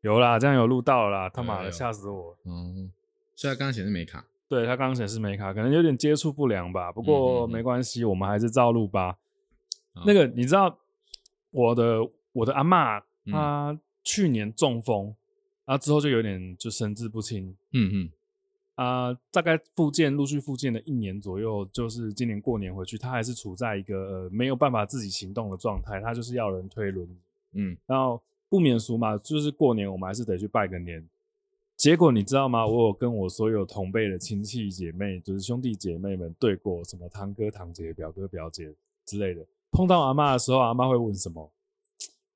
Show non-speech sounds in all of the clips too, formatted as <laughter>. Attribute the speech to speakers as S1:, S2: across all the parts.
S1: 有啦，这样有录到啦，他
S2: 有
S1: 妈的
S2: 有
S1: 吓死我！
S2: 哦，所以他刚刚显示没卡。
S1: 对他刚刚显示没卡，可能有点接触不良吧，不过
S2: 嗯嗯嗯嗯
S1: 没关系，我们还是照录吧。
S2: 好
S1: 那个你知道，我的我的阿嬷
S2: 嗯
S1: 她去年中风，啊之后就有点就神志不清，
S2: 嗯嗯，
S1: 啊、大概复健陆续复健了一年左右，就是今年过年回去，他还是处在一个、呃、没有办法自己行动的状态，他就是要人推轮椅。
S2: 嗯，
S1: 然后不免俗嘛，就是过年我们还是得去拜个年。结果你知道吗？我有跟我所有同辈的亲戚姐妹，就是兄弟姐妹们对过，什么堂哥堂姐、表哥表姐之类的。碰到阿妈的时候，阿妈会问什么？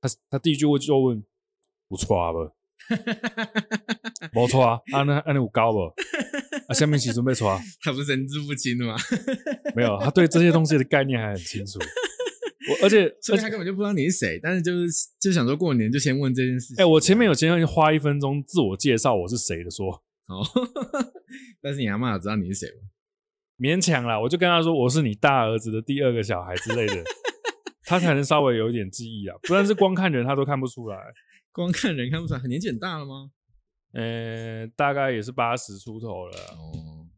S1: 她她第一句会就问：“不错啊不？”没错啊，啊那啊那有高不？啊，下面起准备错啊？
S2: 他不是神志不清的吗？ <laughs>
S1: 没有，他对这些东西的概念还很清楚。我而且
S2: 所
S1: 而
S2: 以
S1: 且，
S2: 他根本就不知道你是谁，但是就是就想说过年就先问这件事情。
S1: 哎、我前面有前面花一分钟自我介绍我是谁的说，
S2: 哦， <laughs> 但是你阿妈有知道你是谁吗？
S1: 勉强啦，我就跟他说我是你大儿子的第二个小孩之类的，他才能稍微有一点记忆啊，不然是光看人他都看不出来。
S2: 光看人看不出来，年纪很大了吗？
S1: 呃，大概也是八十出头了啊。
S2: 哦，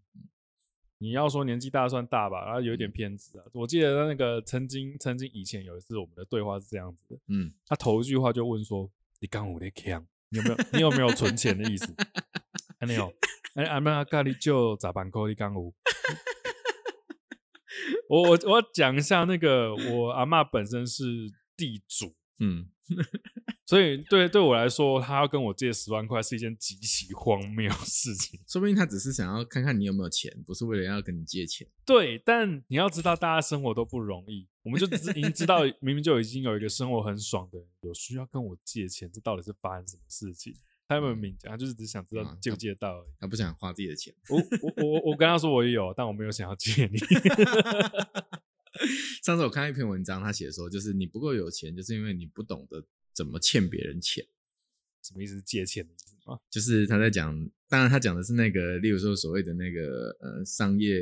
S1: 你要说年纪大算大吧，然后有一点偏执啊。我记得那个曾经曾经以前有一次我们的对话是这样子的，
S2: 嗯，
S1: 他头一句话就问说：“你刚我在强，你有没有你有没有存钱的意思？”安尼哦，安阿妈咖喱就咋办？扣你刚有。 <laughs> 我我我讲一下那个，我阿嬷本身是地主，
S2: 嗯，
S1: 所以对对我来说，她要跟我借十万块是一件极其荒谬的事情。
S2: 说不定他只是想要看看你有没有钱，不是为了要跟你借钱。
S1: 对，但你要知道，大家生活都不容易。我们就知已经知道，明明就已经有一个生活很爽的人，有需要跟我借钱，这到底是发生什么事情？他有没有明讲？他就是只想知道
S2: 啊
S1: 借不借得到而已。
S2: 他不想花自己的钱，
S1: 嗯我我我我跟他说我也有，但我没有想要借你。 <laughs>
S2: 上次我看到一篇文章，他写说，就是你不够有钱，就是因为你不懂得怎么欠别人钱。
S1: 什么意思？是借钱的意思吗？
S2: 就是他在讲，当然他讲的是那个，例如说所谓的那个呃商业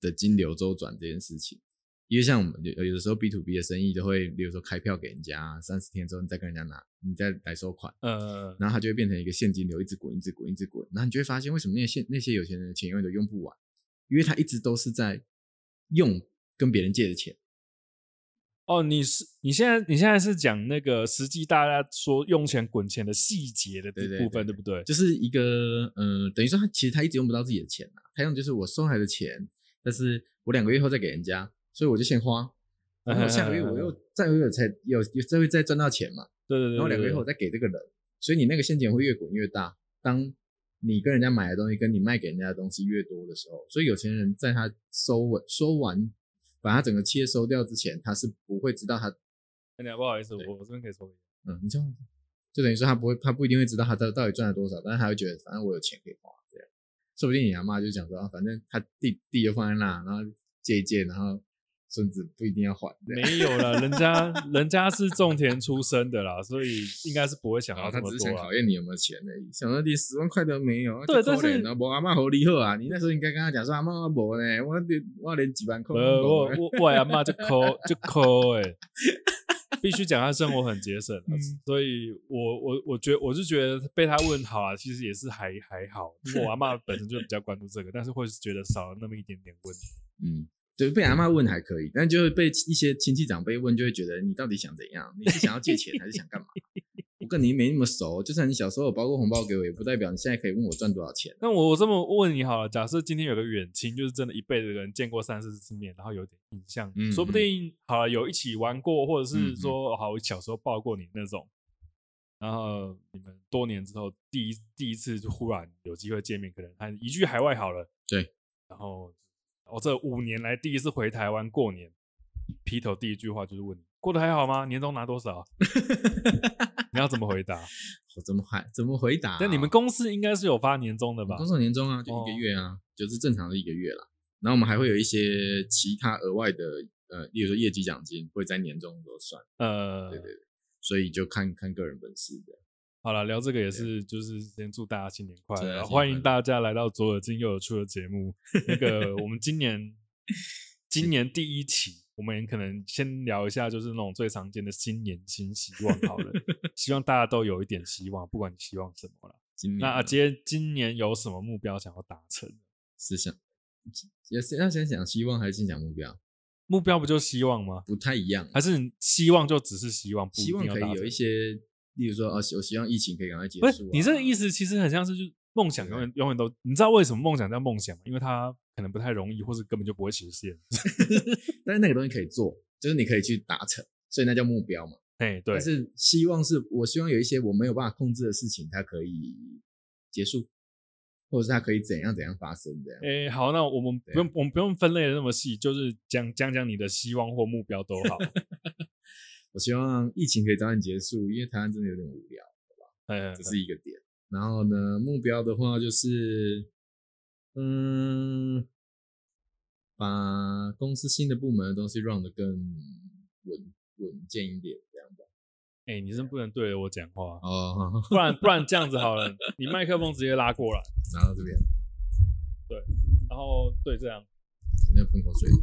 S2: 的金流周转这件事情。因为像我们有有的时候 B to B 的生意就会，例如说开票给人家，三十天之后你再跟人家拿，你再来收款，
S1: 呃，
S2: 然后它就会变成一个现金流一直滚，一直滚，一直滚。然后你就会发现，为什么那些现那些有钱人的钱永远都用不完，因为他一直都是在用跟别人借的钱。
S1: 哦，你是你现在你现在是讲那个实际大家说用钱滚钱的细节的
S2: 对对
S1: 部分，对不对？
S2: 就是一个嗯、呃等于说他其实他一直用不到自己的钱啊，他用就是我收来的钱，但是我两个月后再给人家，所以我就先花，然后下个月我
S1: <laughs>
S2: 又再又才有有再会再赚到钱嘛，
S1: 对对对，
S2: 然后两个月后我
S1: 对
S2: 再给这个人，所以你那个现钱会越滚越大。当你跟人家买的东西跟你卖给人家的东西越多的时候，所以有钱人在他收尾收完把他整个企业收掉之前，他是不会知道他
S1: 对哎不好意思，我我这边可以说。
S2: 嗯，你这样子，就等于说他不会，他不一定会知道他到到底赚了多少，但是他会觉得反正我有钱可以花，这样。说不定你阿妈就讲说，啊，反正他地地就放在那，然后借一借，然后孙子不一定要还，这样。
S1: 没有啦，人家人家是种田出身的啦，所以应该是不会想
S2: 然
S1: 到
S2: 后
S1: 这
S2: 哦他
S1: 么
S2: 只是想
S1: 多啦
S2: 考。验你有没有钱而已，想到你十万块都没有，啊
S1: 对但是
S2: 然后阿妈好厉害啊！你那时候应该跟他讲说，阿妈我无呢，我连我连几万块都
S1: 呃，我
S2: 没有。啊
S1: 我我阿
S2: <laughs>
S1: 妈就抠就抠哎、必须讲他生活很节省啊、
S2: 嗯
S1: 所以我我我觉我是觉得被他问好啊，其实也是还还好，因为我阿妈本身就比较关注这个，但是会觉得少了那么一点点问题。
S2: 嗯，对，被阿妈问还可以，但就是被一些亲戚长辈问，就会觉得你到底想怎样？你是想要借钱还是想干嘛？我跟你没那么熟，就算你小时候有包过红包给我，也不代表你现在可以问我赚多少钱。
S1: 那我我这么问你好了，假设今天有个远亲，就是真的一辈子的人见过三四次面，然后有点印象，
S2: 嗯
S1: 说不定好了有一起玩过，或者
S2: 嗯
S1: 是
S2: 嗯
S1: 说、好我小时候抱过你那种，然后你们多年之后第一第一次就忽然有机会见面，可能他移居海外好了，
S2: 对，
S1: 然后我、这五年来第一次回台湾过年，劈头第一句话就是问你过得还好吗？年终拿多
S2: <laughs>
S1: 少？你要怎么回答？
S2: 我怎么还怎么回答、啊
S1: 但你们公司应该是有发年终的吧？
S2: 工作年终啊，就一
S1: 哦
S2: 个月啊，就是正常的一个月啦。然后我们还会有一些其他额外的，呃，例如说业绩奖金会在年终的时候算，
S1: 呃，
S2: 对对对，所以就看看个人本事的。
S1: 好了，聊这个也是，就是先祝大家新年快
S2: 对啊
S1: 乐，
S2: 新年
S1: 欢
S2: 快
S1: 迎
S2: 乐
S1: 大家来到
S2: <laughs>
S1: 左耳进右耳出的节目。那个，我们今年今年第一期，我们可能先聊一下，就是那种最常见的新年新希望好了，希望大家都有一点希望，不管你希望什么啦。
S2: 今年
S1: 那阿
S2: 啊
S1: 杰今年有什么目标想要达成？
S2: 是想也是要先想希望还是先想目标，
S1: 目标不就希望吗？
S2: 不太一样。
S1: 还是你希望就只是希望，不一
S2: 希望
S1: 定要
S2: 可以
S1: 达
S2: 有
S1: 成
S2: 一些，例如说啊，我希望疫情可以赶快结束、
S1: 不
S2: 啊。
S1: 是你这个意思，其实很像是就是梦想永远永远都，你知道为什么梦想叫梦想吗？因为它可能不太容易，或是根本就不会实现。
S2: 但是那个东西可以做，就是你可以去达成，所以那叫目标嘛。
S1: 哎，对
S2: 但，是希望是我希望有一些我没有办法控制的事情，它可以结束，或者是它可以怎样怎样发生这样。
S1: 哎，好，那我们
S2: 对
S1: 不用我们不用分类的那么细，就是讲讲讲你的希望或目标都好。
S2: 我希望疫情可以早点结束，因为台湾真的有点无聊，
S1: <laughs> 嗯
S2: 这，是一个点。然后呢，目标的话就是，嗯，把公司新的部门的东西 run 得更稳稳健一点，这样吧。
S1: 哎，你真不能对着我讲 <laughs> 话，
S2: 哦， <laughs>
S1: 不然不然这样子好了，你麦克风直接拉过来，
S2: 然后这边
S1: 然后对这样。
S2: 肯定喷口水的。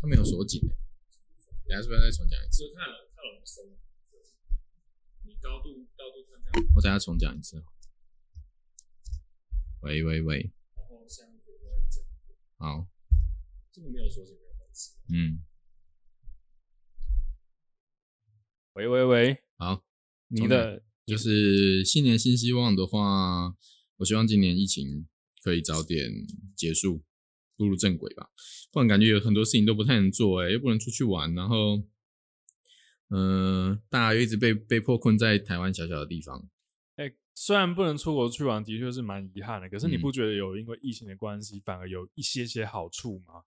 S2: 他没有锁紧的，等下是不是要再重讲一次？
S1: 就看了看了我手，你高度高度看这样，
S2: 我等下重讲一次。哦喂喂喂，
S1: 然后像这个这样，
S2: 好，
S1: 这个没有说是没有关系。
S2: 嗯，
S1: 喂喂喂，
S2: 好，
S1: 你的
S2: 就是新年新希望的话，我希望今年疫情可以早点结束，步入正轨吧。不然感觉有很多事情都不太能做、欸，又不能出去玩，然后，嗯、大家又一直被被迫困在台湾小小的地方。
S1: 哎、虽然不能出国去玩，的确是蛮遗憾的。可是你
S2: 嗯
S1: 不觉得有因为疫情的关系，反而有一些些好处吗？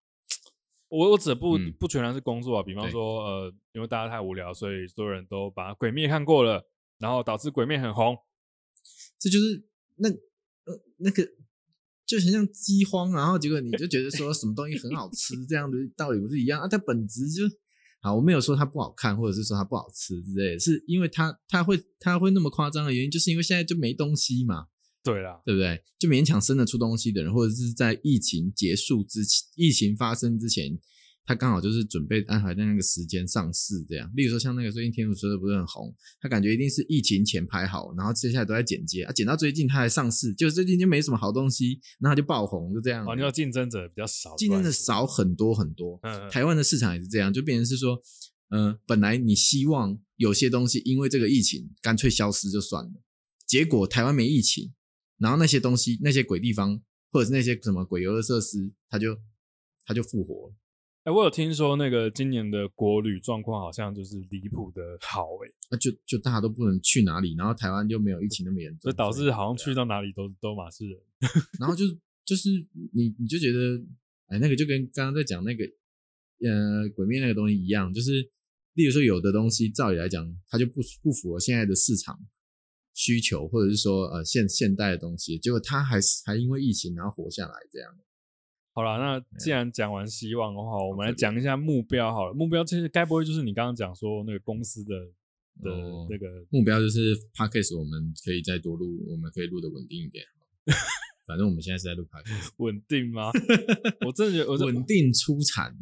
S1: 我我只不、
S2: 嗯
S1: 不全然是工作啊，比方
S2: 对
S1: 说呃，因为大家太无聊，所以所有人都把《鬼灭》看过了，然后导致《鬼灭》很红。
S2: 这就是那呃那个就很像饥荒，然后结果你就觉得说什么东西很好吃，这样的道理不是一样啊？它本质就好，我没有说它不好看，或者是说它不好吃之类的，是因为它它会它会那么夸张的原因，就是因为现在就没东西嘛，
S1: 对啦，
S2: 对不对？就勉强生得出东西的人，或者是在疫情结束之前，疫情发生之前。他刚好就是准备安排在那个时间上市，这样。例如说，像那个最近天主说的不是很红，他感觉一定是疫情前拍好，然后接下来都在剪接啊，剪到最近他还上市，就最近就没什么好东西，然后他就爆红，就这样。
S1: 哦，你说竞争者比较少，
S2: 嗯竞争的
S1: 关系，
S2: 少很多很多。
S1: 嗯，嗯
S2: 台湾的市场也是这样，就变成是说，呃，本来你希望有些东西因为这个疫情干脆消失就算了，结果台湾没疫情，然后那些东西那些鬼地方或者是那些什么鬼游乐设施，它就它就复活了。
S1: 哎、我有听说那个今年的国旅状况好像就是离谱的好、欸，哎，
S2: 那就就大家都不能去哪里，然后台湾就没有疫情那么严重，
S1: 所以导致好像
S2: 对啊
S1: 去到哪里都都马是人。
S2: 然后就是就是你你就觉得，哎，那个就跟刚刚在讲那个呃鬼面那个东西一样，就是例如说有的东西照理来讲，它就不不符合现在的市场需求，或者是说呃现现代的东西，结果它还是还因为疫情然后活下来这样。
S1: 好了，那既然讲完希望的话，我们来
S2: 嗯这里
S1: 讲一下目标好了。目标其实该不会就是你刚刚讲说那个公司的的
S2: 哦
S1: 那个
S2: 目标就是 podcast 我们可以再多录，我们可以录的稳定一点。 <laughs> 反正我们现在是在录 podcast，
S1: 稳定吗？
S2: <laughs>
S1: 我真的觉得我真
S2: 稳定出产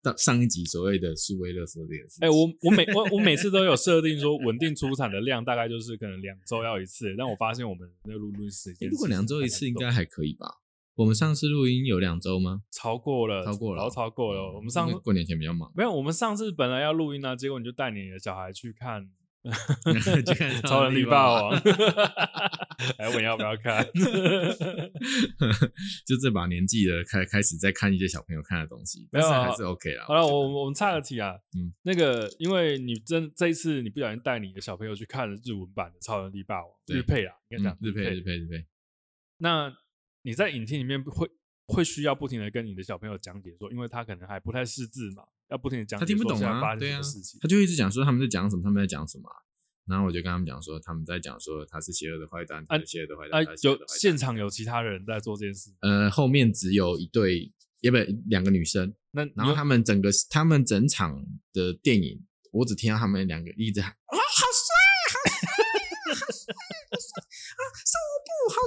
S2: 到上一集所谓的数位乐色这件事情。
S1: 哎、我我每我我每次都有设定说稳定出产的量大概就是可能两周要一次，但我发现我们那个录录音时
S2: 诶
S1: 间
S2: 如果
S1: 其实
S2: 两周一
S1: 蛮
S2: 次，应
S1: 多
S2: 该还可以吧？我们上次录音有两周吗？
S1: 超过了，
S2: 超过了哦
S1: 然后超过了。我们上
S2: 因
S1: 次，
S2: 为过年前比较忙
S1: <laughs> 没有，我们上次本来要录音呢、啊结果你就带你的小孩去看
S2: 就看
S1: 《
S2: 超
S1: 超
S2: 人
S1: 人力
S2: 力霸
S1: 霸王》，还问要不要看？
S2: <laughs> 就这把年纪了，开开始在看一些小朋友看的东西，
S1: 没
S2: 但
S1: 有
S2: 是
S1: 啊
S2: 还是 OK 啦。
S1: 好了，
S2: 觉得
S1: 我我我们岔个题啊，
S2: 嗯
S1: 那个，因为你真这一次你不小心带你的小朋友去看了日文版的《超能力霸王》
S2: 对
S1: 日配啦，应该讲
S2: 嗯日配日配日配，
S1: 那你在影厅里面会会需要不停的跟你的小朋友讲解说，因为他可能还不太识字嘛，要不停的讲解
S2: 他听不
S1: 说
S2: 懂
S1: 现在
S2: 啊，
S1: 发生
S2: 对
S1: 什
S2: 啊
S1: 么事情，。
S2: 他就一直讲说他们在讲什么，他们在讲什么啊。然后我就跟他们讲说，他们在讲说他是邪恶的坏蛋，他是邪恶的坏
S1: 啊
S2: 蛋，他是，邪恶
S1: 有
S2: 的坏蛋。
S1: 现场有其他人在做这件事，
S2: 呃，后面只有一对，也不两个女生，
S1: 那你
S2: 然后
S1: 有
S2: 他们整个他们整场的电影，我只听到他们两个一直喊啊，好帅啊，好帅啊，好帅啊，布好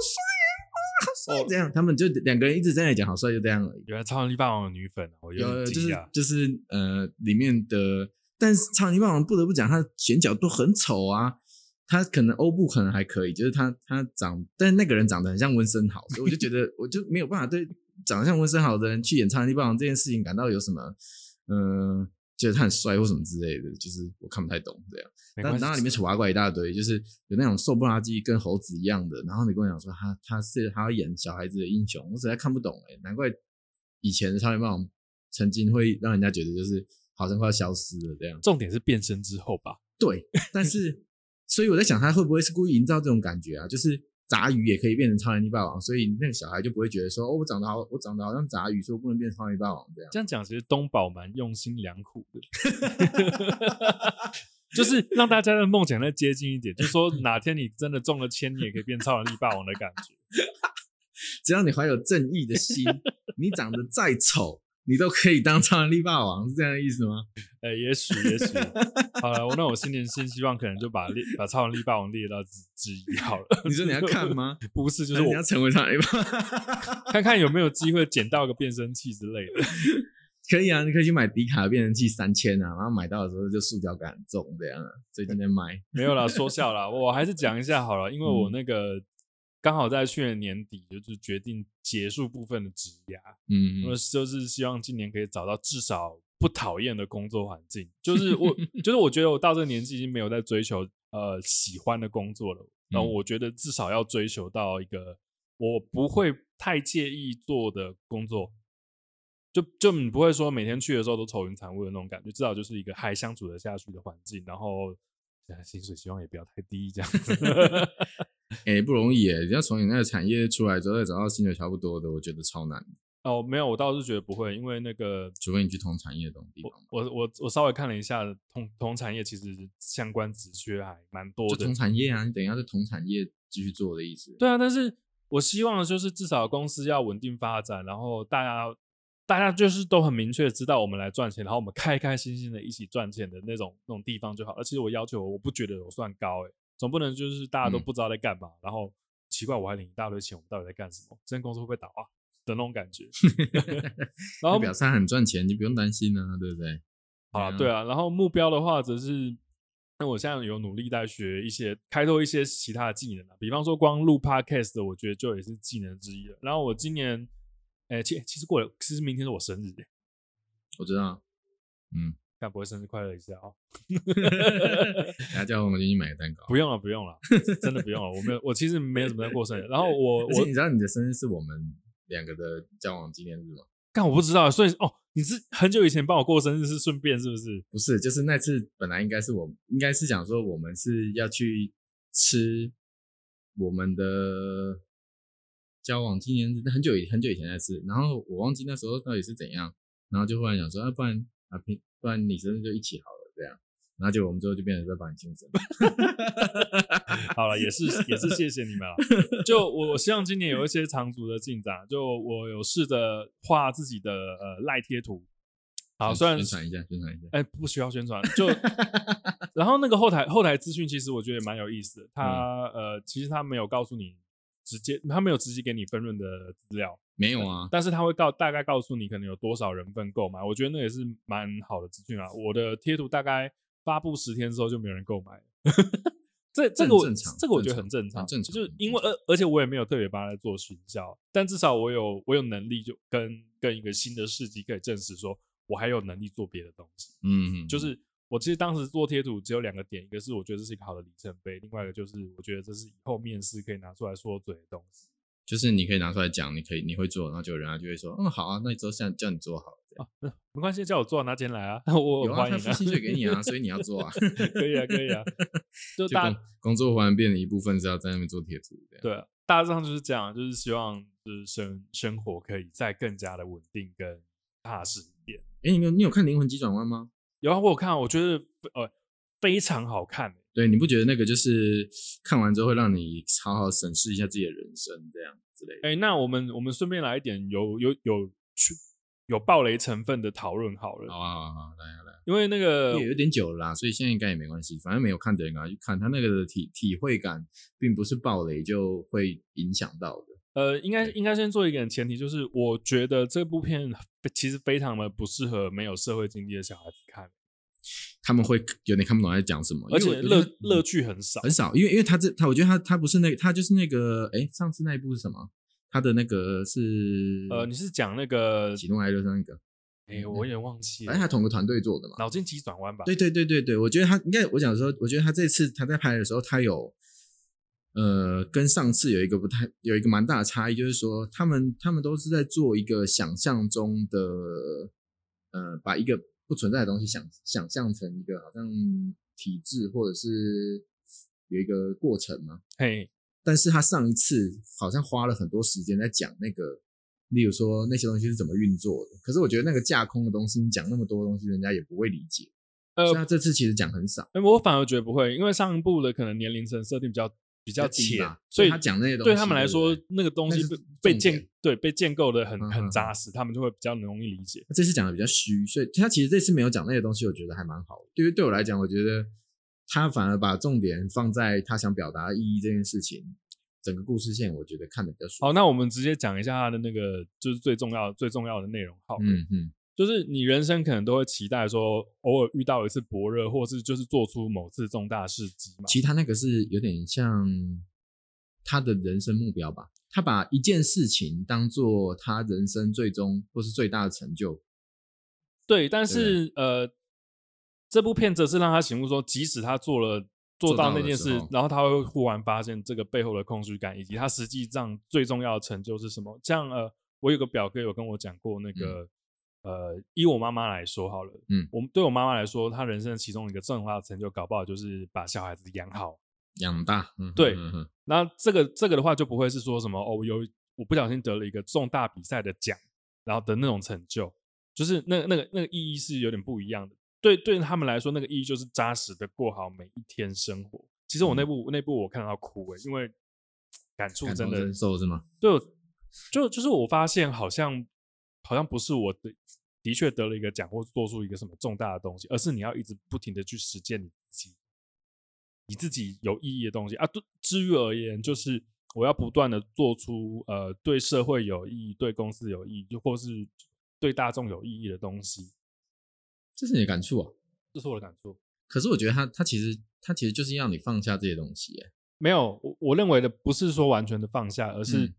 S2: 帅啊，哇好帅，这样他们就两个人一直在那里讲好帅，就这样而已。
S1: 原来超能力霸王有女粉啊，我
S2: 有
S1: 点
S2: 有就
S1: 惊
S2: 是
S1: 讶。
S2: 就是呃里面的，但是超级霸王不得不讲，他的选角都很丑啊。他可能欧布可能还可以，就是他他长，但是那个人长得很像温森豪，所以我就觉得我就没有办法对长得像温森豪的人去演超级霸王这件事情感到有什么，嗯、觉得他很帅或什么之类的，就是我看不太懂这样。
S1: 没
S2: 然
S1: 关
S2: 后
S1: 系，
S2: 然后里面丑八怪一大堆，就是有那种瘦不拉几跟猴子一样的。然后你跟我讲说他他是他要演小孩子的英雄，我实在看不懂哎、难怪以前的超人霸王曾经会让人家觉得就是好像快要消失了这样。
S1: 重点是变身之后吧， <laughs>
S2: 对，但是所以我在想他会不会是故意营造这种感觉啊？就是杂鱼也可以变成超能力霸王，所以那个小孩就不会觉得说哦我长得好我长得好像杂鱼，所以我不能变成超能力霸王这样。
S1: 这样讲其实东宝蛮用心良苦
S2: <laughs>
S1: 的，就是让大家的梦想再接近一点，就说哪天你真的中了签，你也可以变超能力霸王的感觉。
S2: 只要你怀有正义的
S1: <laughs>
S2: 心，你长得再丑，你都可以当超能力霸王，是这样的意思吗？
S1: 呃，也许也许，好了，我那我新年新希望可能就把列把超能力霸王列到之之一好了。
S2: <laughs> 你说
S1: <laughs>
S2: 你要看吗？
S1: 不是，就
S2: 就是是
S1: 我
S2: 你要成为超能力霸王，
S1: 看看有没有机会捡到个变声器之类的。
S2: <laughs> 可以啊，你可以去买迪卡的变声器三千啊，然后买到的时候就塑胶感很重这样啊，最近在卖。
S1: 没有啦，说笑啦，我还是讲一下好了，因为
S2: 嗯
S1: 我那个刚好在去年年底就是决定结束部分的职涯，
S2: 嗯
S1: 我就是希望今年可以找到至少不讨厌的工作环境。就是
S2: <laughs>
S1: 我，就是我觉得我到这个年纪已经没有在追求呃喜欢的工作了。然后
S2: 嗯
S1: 我觉得至少要追求到一个我不会太介意做的工作，就就你不会说每天去的时候都愁云惨雾的那种感觉，至少就是一个还相处得下去的环境。然后呃薪水希望也不要太低，这样子。 <laughs>
S2: 哎、不容易耶！你要从你那个产业出来之后再找到薪水差不多的，我觉得超难，
S1: 哦，没有，我倒是觉得不会，因为那个
S2: 除非你去同产业的东地方嘛。
S1: 我我我稍微看了一下，同同产业其实相关职缺还蛮多
S2: 就
S1: 的
S2: 同。产业啊，你等一下是同产业继续做的意思。
S1: 对啊，但是我希望的就是至少公司要稳定发展，然后大家大家就是都很明确知道我们来赚钱，然后我们开开心心的一起赚钱的那种那种地方就好。而且我要求我不觉得我算高诶、欸总不能就是大家都
S2: 嗯
S1: 不知道在干嘛，然后奇怪我还领一大堆钱，我们到底在干什么？这间公司会不会倒啊？的那种感觉。 <laughs> 然后
S2: 代表示他很赚钱，你不用担心啊，对不对？
S1: 好啦
S2: 嗯
S1: 对啊，然后目标的话，则是那我现在有努力在学一些开拓一些其他的技能啊，比方说光录 podcast，的我觉得就也是技能之一了。然后我今年，哎、其其实过了，其实明天是我生日耶，
S2: 我知道，
S1: 该不会生日快乐一下哦？
S2: 等下叫我们进去买个蛋糕。
S1: 不用了，不用了，真的不用了。我没有，我其实没有怎么在过生日。然后 <laughs> 我
S2: <laughs> 而且
S1: 我
S2: 你知道你的生日是我们两个的交往纪念日吗？
S1: 干我不知道，所以哦，你是很久以前帮我过生日是顺便是不是？
S2: 不是，就是那次本来应该是我，应该是想说我们是要去吃我们的交往纪念日，很久以很久以前那次，然后我忘记那时候到底是怎样，然后就忽然想说，啊，不然啊，平不然你生日就一起好了，这样，然后结果我们最后就变成在帮你庆生。
S1: 好了，也是也是谢谢你们了。啊就我我希望今年有一些长足的进展。啊就我有试着画自己的呃赖贴图，好，虽然
S2: 宣传一下，宣传一下，
S1: 哎、不需要宣传，
S2: <laughs>
S1: 就然后那个后台后台资讯其实我觉得也蛮有意思的。
S2: 嗯
S1: 他、呃其实他没有告诉你直接，他没有直接给你分润的资料，
S2: 没有啊，
S1: 但是他会告大概告诉你可能有多少人份购买，我觉得那也是蛮好的资讯啊。我的贴图大概发布十天之后就没有人购买了，这这个我
S2: 正常
S1: 这个我觉得
S2: 正常
S1: 很正常，
S2: 很正常
S1: 就是因为而而且我也没有特别帮他做行销，但至少我有我有能力就跟跟一个新的事迹可以证实说我还有能力做别的东西，
S2: 嗯，
S1: 就
S2: 嗯
S1: 是。我其实当时做贴图只有两个点，一个是我觉得这是一个好的里程碑，另外一个就是我觉得这是以后面试可以拿出来说嘴的东西。
S2: 就是你可以拿出来讲，你可以你会做，然后就有人家就会说，嗯，好啊，那你之后像叫你做好了，这样
S1: 没关系，叫我做拿钱来啊， <laughs> 我很
S2: 有啊，
S1: 欢迎
S2: 他付
S1: 啊。
S2: 薪水给你啊，所以你要
S1: <laughs>
S2: 做啊。
S1: 可以啊，可以啊，就
S2: 就
S1: 大
S2: 工工作环变的一部分是要在那边做贴图这样。
S1: 对啊大致上就是这样，就是希望就是生生活可以再更加的稳定跟踏实一点。
S2: 哎、你有你有看《灵魂急转弯》吗？
S1: 然后我有看，啊我觉得呃非常好看、欸
S2: 对，你不觉得那个就是看完之后会让你好好审视一下自己的人生这样之类的？
S1: 哎、那我们我们顺便来一点有有有趣有暴雷成分的讨论好了，
S2: 好啊，好啊，好啊，来啊来啊，
S1: 因为那个
S2: 因为有点久了啦，所以现在应该也没关系，反正没有看的人啊，去看他那个的体体会感，并不是暴雷就会影响到的。
S1: 呃，应该应该先做一个前提，就是我觉得这部片其实非常的不适合没有社会经历的小孩子看，
S2: 他们会有点看不懂在讲什么，
S1: 而
S2: 因为
S1: 且
S2: 我
S1: 乐
S2: 我觉得
S1: 乐趣很少。
S2: 很少，因为因为他这他，我觉得他他不是那个，他就是那个，哎，上次那一部是什么？他的那个是
S1: 呃，你是讲那个
S2: 喜怒哀乐上那个，
S1: 哎，我有点忘记了
S2: 嗯反正，他同个团队做的嘛。
S1: 脑筋急转弯吧？
S2: 对对对对对，我觉得他应该，我讲说，我觉得他这次他在拍的时候，他有呃跟上次有一个不太有一个蛮大的差异，就是说他们他们都是在做一个想象中的呃，把一个不存在的东西想想象成一个好像体制或者是有一个过程嘛。
S1: 嘿，
S2: 但是他上一次好像花了很多时间在讲那个，例如说那些东西是怎么运作的。可是我觉得那个架空的东西，你讲那么多东西，人家也不会理解。
S1: 呃
S2: 所以他这次其实讲很少，
S1: 哎我反而觉得不会，因为上一部的可能年龄层设定比较比较
S2: 低
S1: 浅
S2: 吧，
S1: 所以
S2: 他讲那些东西，
S1: 对他们来说
S2: 对不对，
S1: 那个东西
S2: 那
S1: 被
S2: 是重
S1: 被建
S2: 点
S1: 对被建构的很
S2: 嗯
S1: 很
S2: 嗯
S1: 扎实，他们就会比较容易理解。
S2: 他这次讲的比较虚，所以他其实这次没有讲那些东西，我觉得还蛮好的。对于对我来讲，我觉得他反而把重点放在他想表达的意义这件事情，整个故事线我觉得看的比较舒服。
S1: 好，那我们直接讲一下它的那个就是最重要最重要的内容好了。
S2: 嗯嗯，
S1: 就是你人生可能都会期待说，偶尔遇到一次伯乐，或是就是做出某次重大事迹嘛。
S2: 其实他那个是有点像他的人生目标吧，他把一件事情当做他人生最终或是最大的成就。
S1: 对，但是呃，这部片则是让他醒悟说，即使他做了做
S2: 做
S1: 到
S2: 到
S1: 那
S2: 的
S1: 件
S2: 时
S1: 事
S2: 候，
S1: 然后他会忽然发现这个背后的空虚感，以及他实际上最重要的成就是什么。像呃，我有个表哥有跟我讲过那个。呃，以我妈妈来说好了，
S2: 嗯
S1: 我们对我妈妈来说，她人生的其中一个重要的成就，搞不好就是把小孩子养好，
S2: 养大，嗯，
S1: 对
S2: 嗯嗯
S1: 那这个这个的话就不会是说什么哦，我有我不小心得了一个重大比赛的奖，然后的那种成就，就是那个那个那个意义是有点不一样的。对对他们来说，那个意义就是扎实的过好每一天生活。其实我那部、那部我看到哭诶、欸因为感触
S2: 感
S1: 真
S2: 同
S1: 的
S2: 身受是吗？
S1: 对我，就就是我发现好像好像不是我的的确得了一个奖或做出一个什么重大的东西，而是你要一直不停的去实践你自己，你自己有意义的东西啊。对，至于而言，就是我要不断的做出呃对社会有意义、对公司有意义，或是对大众有意义的东西，
S2: 这是你的感触啊。
S1: 这是我的感触。
S2: 可是我觉得他他其实他其实就是要你放下这些东西耶，
S1: 没有，我我认为的不是说完全的放下，而是、
S2: 嗯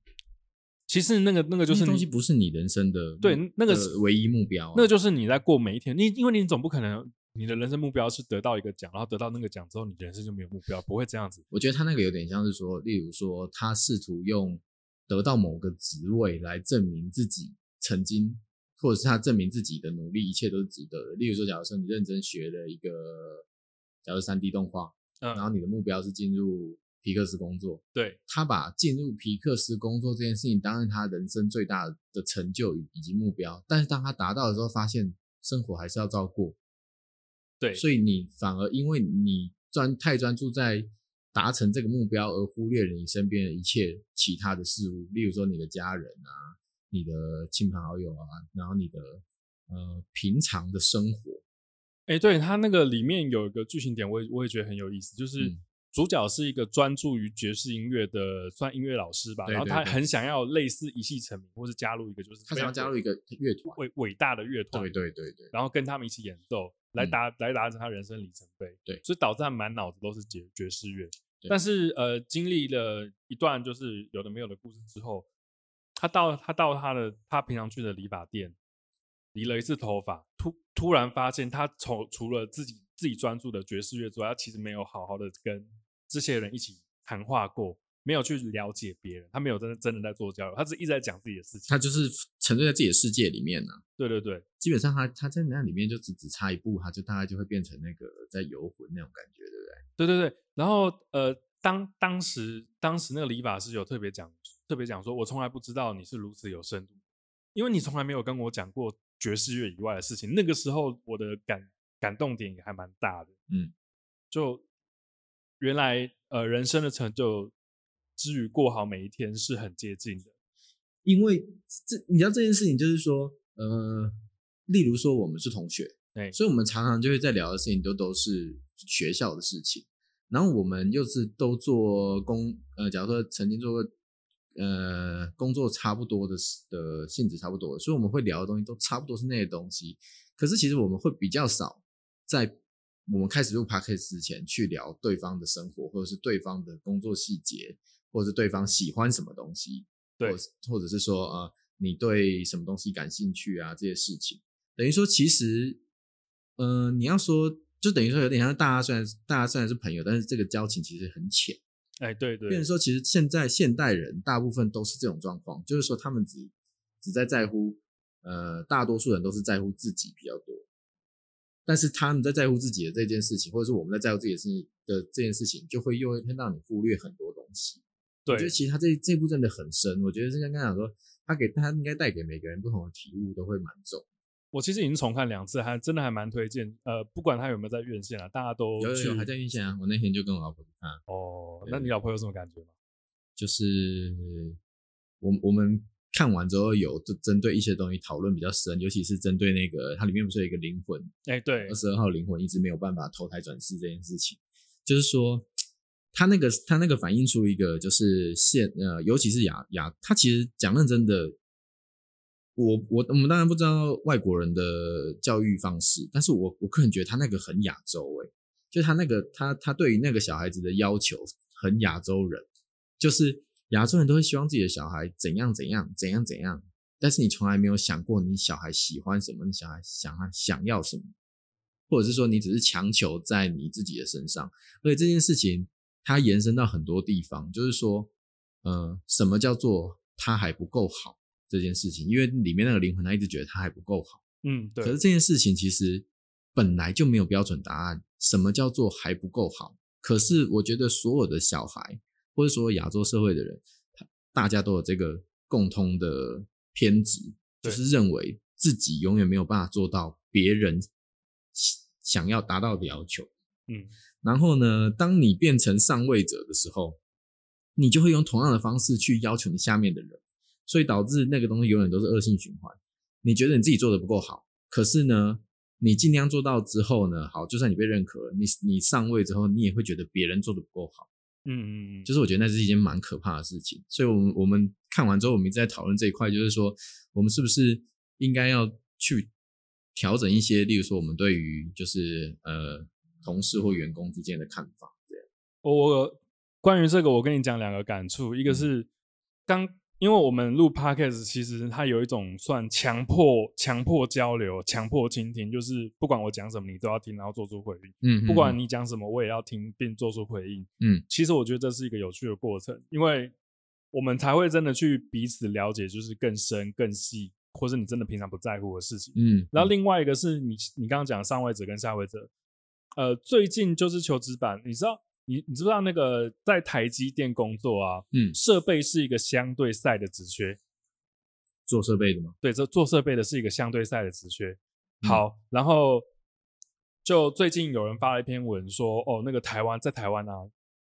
S1: 其实那个那个就
S2: 那
S1: 是
S2: 些东
S1: 你
S2: 西不是你人生的
S1: 对那个
S2: 的
S1: 是
S2: 唯一目标啊、
S1: 那就是你在过每一天，你因为你总不可能你的人生目标是得到一个奖，然后得到那个奖之后，你人生就没有目标，不会这样子。
S2: 我觉得他那个有点像是说，例如说他试图用得到某个职位来证明自己曾经，或者是他证明自己的努力一切都是值得的。例如说，假如说你认真学了一个，假如三 D 动画，
S1: 嗯
S2: 然后你的目标是进入皮克斯工作，
S1: 对，
S2: 他把进入皮克斯工作这件事情当成他人生最大的成就以以及目标，但是当他达到的时候，发现生活还是要照顾，
S1: 对，
S2: 所以你反而因为你专太专注在达成这个目标，而忽略了你身边的一切其他的事物，例如说你的家人啊、你的亲朋好友啊，然后你的呃平常的生活。
S1: 哎、对他那个里面有一个剧情点，我也我也觉得很有意思，就是
S2: 嗯
S1: 主角是一个专注于爵士音乐的，算音乐老师吧，
S2: 对
S1: 然后
S2: 对
S1: 他
S2: 对
S1: 很想要类似一系成名，或是加入一个就是
S2: 他想要
S1: 非常
S2: 加入一个乐团，
S1: 伟伟大的乐团，
S2: 对对对对，
S1: 然后跟他们一起演奏，来达、来达成他人生里程碑。
S2: 嗯对
S1: 所以导致他满脑子都是爵爵士乐。
S2: 对
S1: 但是呃，经历了一段就是有的没有的故事之后，他到他到他的他平常去的理发店，理了一次头发，突突然发现他从除了自己自己专注的爵士乐之外，他其实没有好好的跟这些人一起谈话过。没有去了解别人，他没有真的真的在做交流，他只一直在讲自己的事情
S2: 他。就是沉醉在自己的世界里面呢、啊
S1: 对对对，
S2: 基本上他他在那里面就只只差一步，他就大概就会变成那个在游魂那种感觉，
S1: 对
S2: 对不对？
S1: 对对，然后呃，当当时当时那个理发师有特别讲，特别讲说，我从来不知道你是如此有深度，因为你从来没有跟我讲过爵士乐以外的事情。那个时候我的感感动点也还蛮大的，
S2: 嗯，
S1: 就原来呃人生的成就之于过好每一天是很接近的，
S2: 因为这你知道这件事情，就是说，呃，呃，例如说我们是同学，
S1: 对
S2: 所以我们常常就会在聊的事情都都是学校的事情，然后我们又是都做工，呃，假如说曾经做过，呃，工作差不多的事的性质差不多的，所以我们会聊的东西都差不多是那些东西，可是其实我们会比较少在。我们开始录 podcast 之前，去聊对方的生活，或者是对方的工作细节，或者是对方喜欢什么东西，
S1: 对
S2: 或者是或者是说呃，你对什么东西感兴趣啊，这些事情，等于说其实，呃，你要说就等于说有点像大家虽然大家虽然是朋友，但是这个交情其实很浅。
S1: 哎，对
S2: 变
S1: 对
S2: 成，说，其实现在现代人大部分都是这种状况，就是说他们只只在在乎，呃，大多数人都是在乎自己比较多，但是他们在在乎自己的这件事情，或者是我们在在乎自己的事情的这件事情，就会又会让你忽略很多东西。我觉
S1: 对
S2: 得，其实他这这部真的很深，我觉得是刚刚讲说，他给他应该带给每个人不同的体悟都会蛮重。
S1: 我其实已经重看两次，还真的还蛮推荐。呃，不管他有没有在院线啊，大家都
S2: 有有
S1: 去
S2: 有还在印象啊，我那天就跟我老婆去看，
S1: 哦。
S2: 对
S1: 那你老婆有什么感觉吗？
S2: 就是我我们看完之后有就针对一些东西讨论比较深，尤其是针对那个它里面不是有一个灵魂
S1: 哎，对
S2: 二，十二号灵魂一直没有办法投胎转世这件事情，就是说他那个他那个反映出一个就是现呃，尤其是亚亚，他其实讲认真的，我我我们当然不知道外国人的教育方式，但是我我个人觉得他那个很亚洲诶、就他那个他他对于那个小孩子的要求很亚洲人，就是亚洲人都会希望自己的小孩怎样怎样怎样怎样。但是你从来没有想过你小孩喜欢什么，你小孩想想要什么。或者是说你只是强求在你自己的身上，而且这件事情它延伸到很多地方，就是说，呃，什么叫做他还不够好这件事情？因为里面那个灵魂他一直觉得他还不够好，
S1: 嗯，对
S2: 可，是这件事情其实本来就没有标准答案。什么叫做还不够好？可是我觉得所有的小孩，或者所有亚洲社会的人，他大家都有这个共通的偏执，就
S1: 对
S2: 是认为自己永远没有办法做到别人想想要达到的要求。
S1: 嗯，
S2: 然后呢，当你变成上位者的时候，你就会用同样的方式去要求你下面的人，所以导致那个东西永远都是恶性循环。你觉得你自己做的不够好，可是呢，你尽量做到之后呢，好，就算你被认可了，你你上位之后，你也会觉得别人做的不够好。
S1: 嗯嗯嗯，
S2: 就是我觉得那是一件蛮可怕的事情。所以，我们我们看完之后，我们一直在讨论这一块，就是说，我们是不是应该要去调整一些，例如说，我们对于就是呃同事或员工之间的看法，这样。
S1: 我我关于这个，我跟你讲两个感触，
S2: 嗯
S1: 一个是刚。因为我们录 podcast，其实它有一种算强迫、强迫交流、强迫倾听，就是不管我讲什么，你都要听，然后做出回应。
S2: 嗯
S1: 不管你讲什么，我也要听并做出回应。
S2: 嗯，
S1: 其实我觉得这是一个有趣的过程，因为我们才会真的去彼此了解，就是更深、更细，或是你真的平常不在乎的事情。
S2: 嗯，
S1: 然后另外一个是你你刚刚讲的上位者跟下位者，呃，最近就是求职版，你知道你你知不知道那个在台积电工作啊，
S2: 嗯
S1: 设备是一个相对赛的职缺，
S2: 做设备的嘛，
S1: 对，这做设备的是一个相对赛的职缺。
S2: 嗯
S1: 好，然后就最近有人发了一篇文说，哦，那个台湾在台湾啊，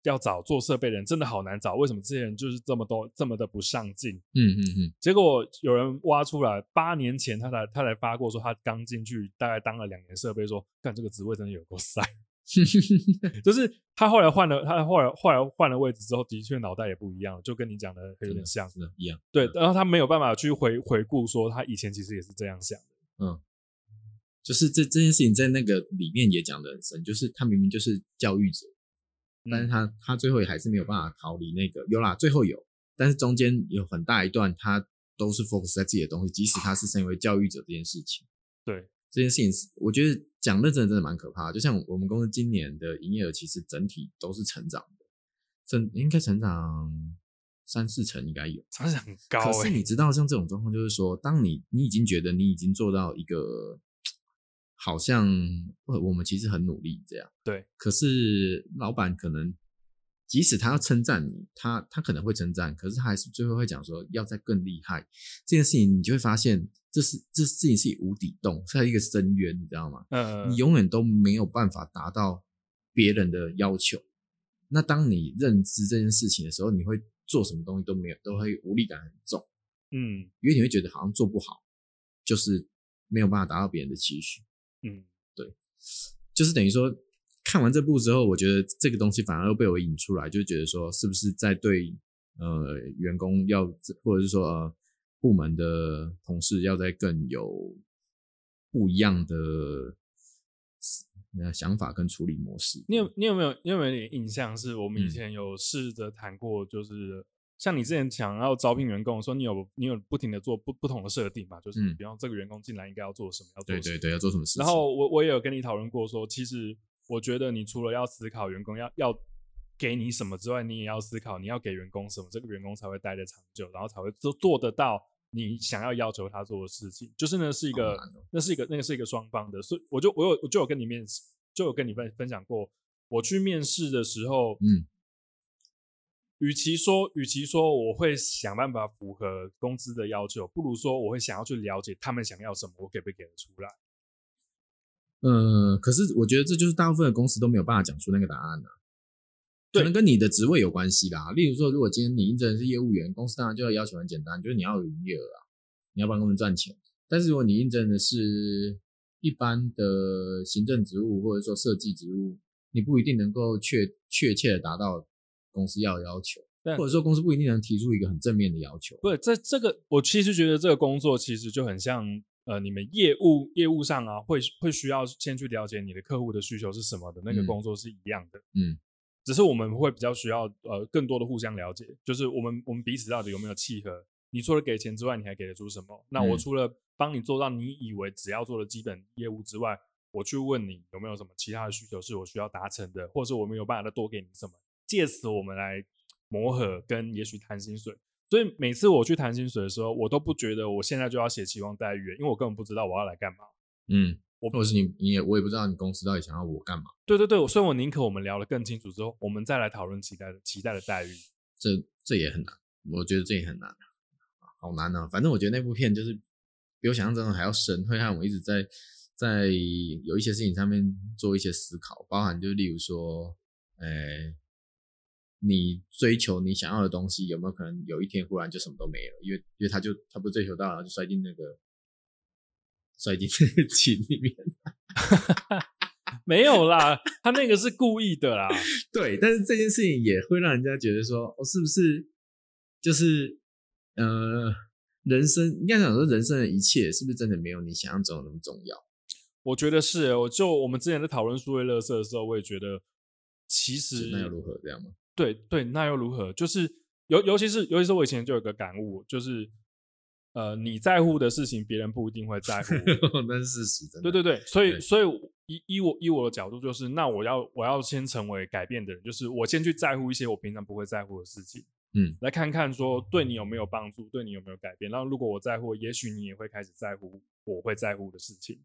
S1: 要找做设备的人真的好难找，为什么这些人就是这么多这么的不上进？
S2: 嗯嗯嗯，
S1: 结果有人挖出来，八年前他才他才发过说他刚进去，大概当了两年设备说干这个职位真的有够塞。 <laughs> 就是他后来换了，他后来后来换了位置之后，的确脑袋也不一样了，就跟你讲的有点像。
S2: 是的，嗯一样，
S1: 对，然后他没有办法去回回顾说他以前其实也是这样想的。
S2: 就是这这件事情在那个里面也讲的很深，就是他明明就是教育者，但是他他最后也还是没有办法逃离那个有啦，最后有，但是中间有很大一段他都是 focus 在自己的东西，即使他是身为教育者这件事情，
S1: 对
S2: 这件事情是，我觉得讲认真的真的蛮可怕的。就像我们公司今年的营业额其实整体都是成长的，整应该成长三四成应该有。
S1: 常常很高、
S2: 可是
S1: 欸，
S2: 你知道，像这种状况，就是说，当你你已经觉得你已经做到一个，好像呃我们其实很努力这样，
S1: 对。
S2: 可是老板可能，即使他要称赞你，他他可能会称赞，可是他还是最后会讲说要再更厉害。这件事情你就会发现，这是这事情是无底洞，是一个深渊，你知道吗？
S1: 嗯，
S2: 你永远都没有办法达到别人的要求。那当你认知这件事情的时候，你会做什么东西都没有，都会无力感很重，
S1: 嗯，
S2: 因为你会觉得好像做不好。就是没有办法达到别人的期许。
S1: 嗯，
S2: 就是等于说，看完这部之后，我觉得这个东西反而又被我引出来，就觉得说，是不是在对呃员工要，或者是说呃部门的同事要在更有不一样的呃想法跟处理模式。
S1: 你有你有没有你有没有点印象？是我们以
S2: 嗯
S1: 前有试着谈过，就是像你之前想要招聘员工，说你有你有不停的做不不同的设定嘛，就是
S2: 嗯
S1: 比方这个员工进来应该要做什么，要做
S2: 对
S1: 什么
S2: 对对，要做什么事情？
S1: 然后我我也有跟你讨论过说，其实我觉得你除了要思考员工要要给你什么之外，你也要思考你要给员工什么，这个员工才会待得长久，然后才会做做得到你想要要求他做的事情。就是呢是一个、
S2: 好难哦
S1: 那是一个那个是一个双方的，所以我就我有我就有跟你面试，就有跟你分分享过，我去面试的时候，
S2: 嗯，
S1: 与其说，与其说我会想办法符合公司的要求，不如说我会想要去了解他们想要什么，我给不给得出来。
S2: 呃，可是我觉得这就是大部分的公司都没有办法讲出那个答案啊。
S1: 对
S2: 可能跟你的职位有关系啦。例如说，如果今天你应征的是业务员，公司当然就要要求很简单，就是你要有营业额啊，你要帮他们赚钱。但是如果你应征的是一般的行政职务或者说设计职务，你不一定能够确确切的达到公司要的要求
S1: 但，
S2: 或者说公司不一定能提出一个很正面的要求。
S1: 不，这这个我其实觉得这个工作其实就很像呃，你们业务业务上啊，会会需要先去了解你的客户的需求是什么的那个
S2: 嗯
S1: 工作是一样的，
S2: 嗯，
S1: 只是我们会比较需要呃更多的互相了解，就是我们我们彼此到底有没有契合。你除了给钱之外，你还给得出什么？那我
S2: 嗯
S1: 除了帮你做到你以为只要做的基本业务之外，我去问你有没有什么其他的需求是我需要达成的，或者是我们有办法再多给你什么，借此我们来磨合跟也许谈薪水。所以每次我去谈薪水的时候，我都不觉得我现在就要写期望待遇，因为我根本不知道我要来干嘛。
S2: 嗯，或者是你你也我也不知道你公司到底想要我干嘛。
S1: 对对对，所以我宁可我们聊得更清楚之后，我们再来讨论期待的期待的待遇。
S2: 这这也很难，我觉得这也很难，好难啊！反正我觉得那部片就是比我想象中的还要深，会让我一直在在有一些事情上面做一些思考，包含就例如说，呃，你追求你想要的东西，有没有可能有一天忽然就什么都没了？因为因为他就他不追求到，然后就摔进那个摔进 <laughs> 那个井里面。
S1: 没有啦，他那个是故意的啦。 <laughs>
S2: 对，但是这件事情也会让人家觉得说，我、是不是就是呃，人生应该想说人生的一切是不是真的没有你想象中的那么重要？
S1: 我觉得是欸，我就我们之前在讨论数位垃圾的时候，我也觉得其实
S2: 那又如何
S1: <laughs>
S2: 这样吗？
S1: 对对，那又如何？就是尤尤其是尤其是我以前就有个感悟，就是呃，你在乎的事情，别人不一定会在乎。
S2: 那是事实，真的。
S1: 对对对，所以
S2: 对
S1: 所以以以我以我的角度，就是那我要我要先成为改变的人，就是我先去在乎一些我平常不会在乎的事情，
S2: 嗯，
S1: 来看看说对你有没有帮助，对你有没有改变。然后如果我在乎，也许你也会开始在乎我会在乎的事情。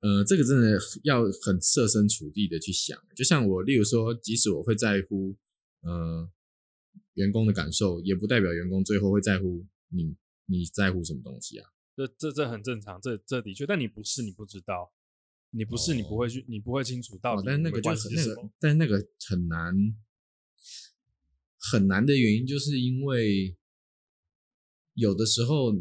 S2: 呃，这个真的要很设身处地的去想。就像我，例如说，即使我会在乎呃员工的感受，也不代表员工最后会在乎你你在乎什么东西啊。
S1: 这这这很正常，这这的确，但你不是你不知道，你不是你不会去，你不会清楚到
S2: 哦
S1: 底、
S2: 但是那个就
S1: 关
S2: 很
S1: 系是
S2: 那
S1: 什
S2: 个
S1: 么。，
S2: 但是那个很难很难的原因，就是因为有的时候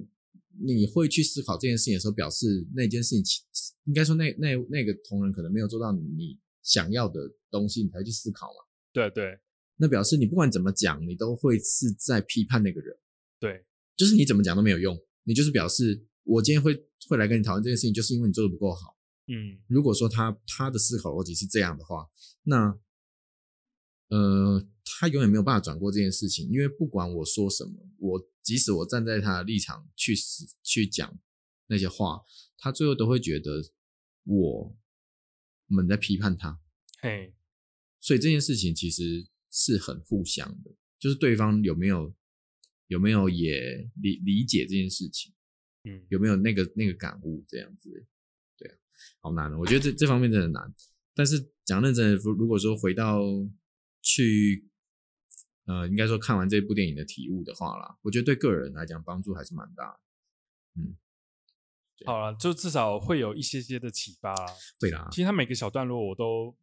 S2: 你会去思考这件事情的时候，表示那件事情其应该说那那那个同仁可能没有做到你想要的东西，你才会去思考嘛。
S1: 对对
S2: 那表示你不管怎么讲，你都会是在批判那个人，
S1: 对
S2: 就是你怎么讲都没有用，你就是表示我今天会会来跟你讨论这件事情，就是因为你做的不够好。
S1: 嗯，
S2: 如果说他他的思考逻辑是这样的话，那呃，他永远没有办法转过这件事情，因为不管我说什么，我即使我站在他的立场去死去讲那些话，他最后都会觉得我们在批判他，
S1: 嘿，
S2: 所以这件事情其实是很互相的，就是对方有没有有没有也理理解这件事情。
S1: 嗯，
S2: 有没有那个那个感悟这样子？对啊，好难哦，我觉得这这方面真的很难。但是讲认真的，如如果说回到去，呃，应该说看完这部电影的体悟的话啦，我觉得对个人来讲帮助还是蛮大的。
S1: 好了，就至少会有一些些的启发啦。
S2: 对啦，
S1: 其实他每个小段落我都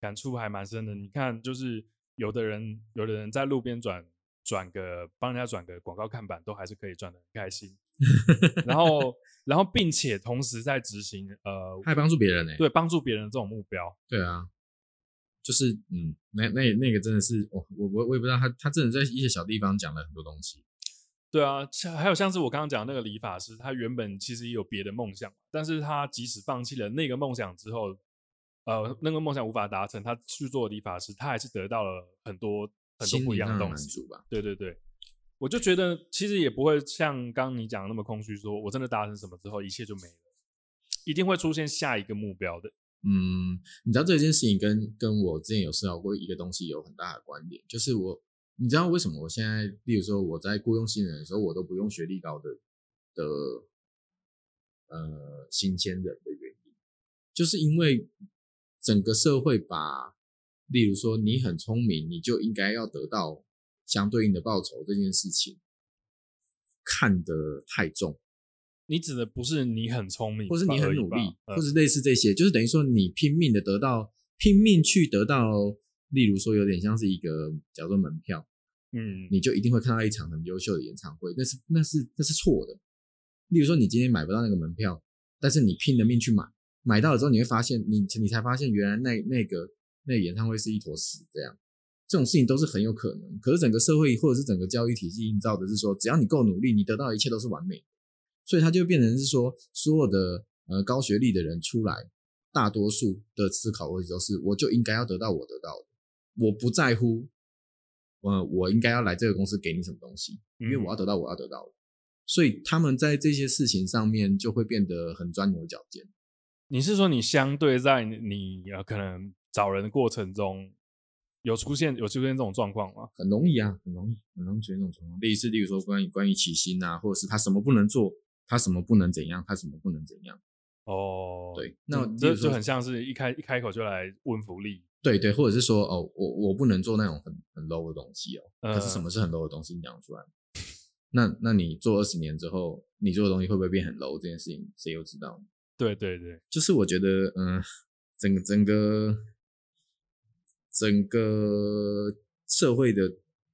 S1: 感触还蛮深的。你看，就是有的人，
S2: <laughs>
S1: 有的人在路边转转个帮人家转个广告看板，都还是可以转的很开心。然后然后并且同时在执行呃
S2: 他还帮助别人呢、
S1: 对帮助别人的这种目标，
S2: 对啊，就是嗯，那那那个真的是哦我我我我也不知道他他真的在一些小地方讲了很多东西，
S1: 对啊，像还有像是我刚刚讲的那个理发师，他原本其实也有别的梦想，但是他即使放弃了那个梦想之后，呃，那个梦想无法达成，他去做理发师，他还是得到了很多很多
S2: 心
S1: 不一
S2: 理
S1: 样
S2: 上
S1: 的
S2: 的
S1: 东
S2: 满
S1: 西。
S2: 足吧。
S1: 对对对，我就觉得其实也不会像刚刚你讲的那么空虚，说我真的达成什么之后一切就没了，一定会出现下一个目标的。
S2: 嗯，你知道这件事情跟跟我之前有思考过一个东西有很大的关联，就是我，你知道为什么我现在，例如说我在雇佣新人的时候，我都不用学历高的的呃新鲜人的原因，就是因为整个社会把，例如说你很聪明，你就应该要得到相对应的报酬这件事情看得太重。
S1: 你指的不是你很聪明吧，
S2: 或是你很
S1: 而已
S2: 努
S1: 吧
S2: 力，
S1: 呃
S2: 或是类似这些，就是等于说你拼命的得到，拼命去得到，例如说有点像是一个假如说门票，
S1: 嗯，
S2: 你就一定会看到一场很优秀的演唱会，那是那是那是错的。例如说你今天买不到那个门票，但是你拼了命去买，买到了之后你会发现，你你才发现原来那那个那个演唱会是一坨屎这样。这种事情都是很有可能，可是整个社会或者是整个教育体系营造的是说，只要你够努力，你得到的一切都是完美的，所以它就变成是说，所有的呃高学历的人出来，大多数的思考逻辑都是，我就应该要得到我得到的，我不在乎，呃，我应该要来这个公司给你什么东西，因为
S1: 嗯
S2: 我要得到我要得到的，所以他们在这些事情上面就会变得很钻牛角尖。
S1: 你是说你相对在你你呃可能找人的过程中有出现有出现这种状况吗？
S2: 很容易啊，很容易，很容易出现这种状况。类似，例如说关于关于起薪啊，或者是他什么不能做，他什么不能怎样，他什么不能怎样。
S1: 哦，
S2: 对
S1: 这
S2: 那例
S1: 这
S2: 如
S1: 就
S2: 说
S1: 很像是一开一开口就来问福利，
S2: 对对，或者是说哦，我我不能做那种很很 low 的东西哦。可是什
S1: 呃
S2: 么是很 low 的东西？你讲得出来吗？ <laughs> 那那你做二十年之后，你做的东西会不会变很 low？这件事情谁又知道？
S1: 对对对，
S2: 就是我觉得，嗯、整个整个整个社会的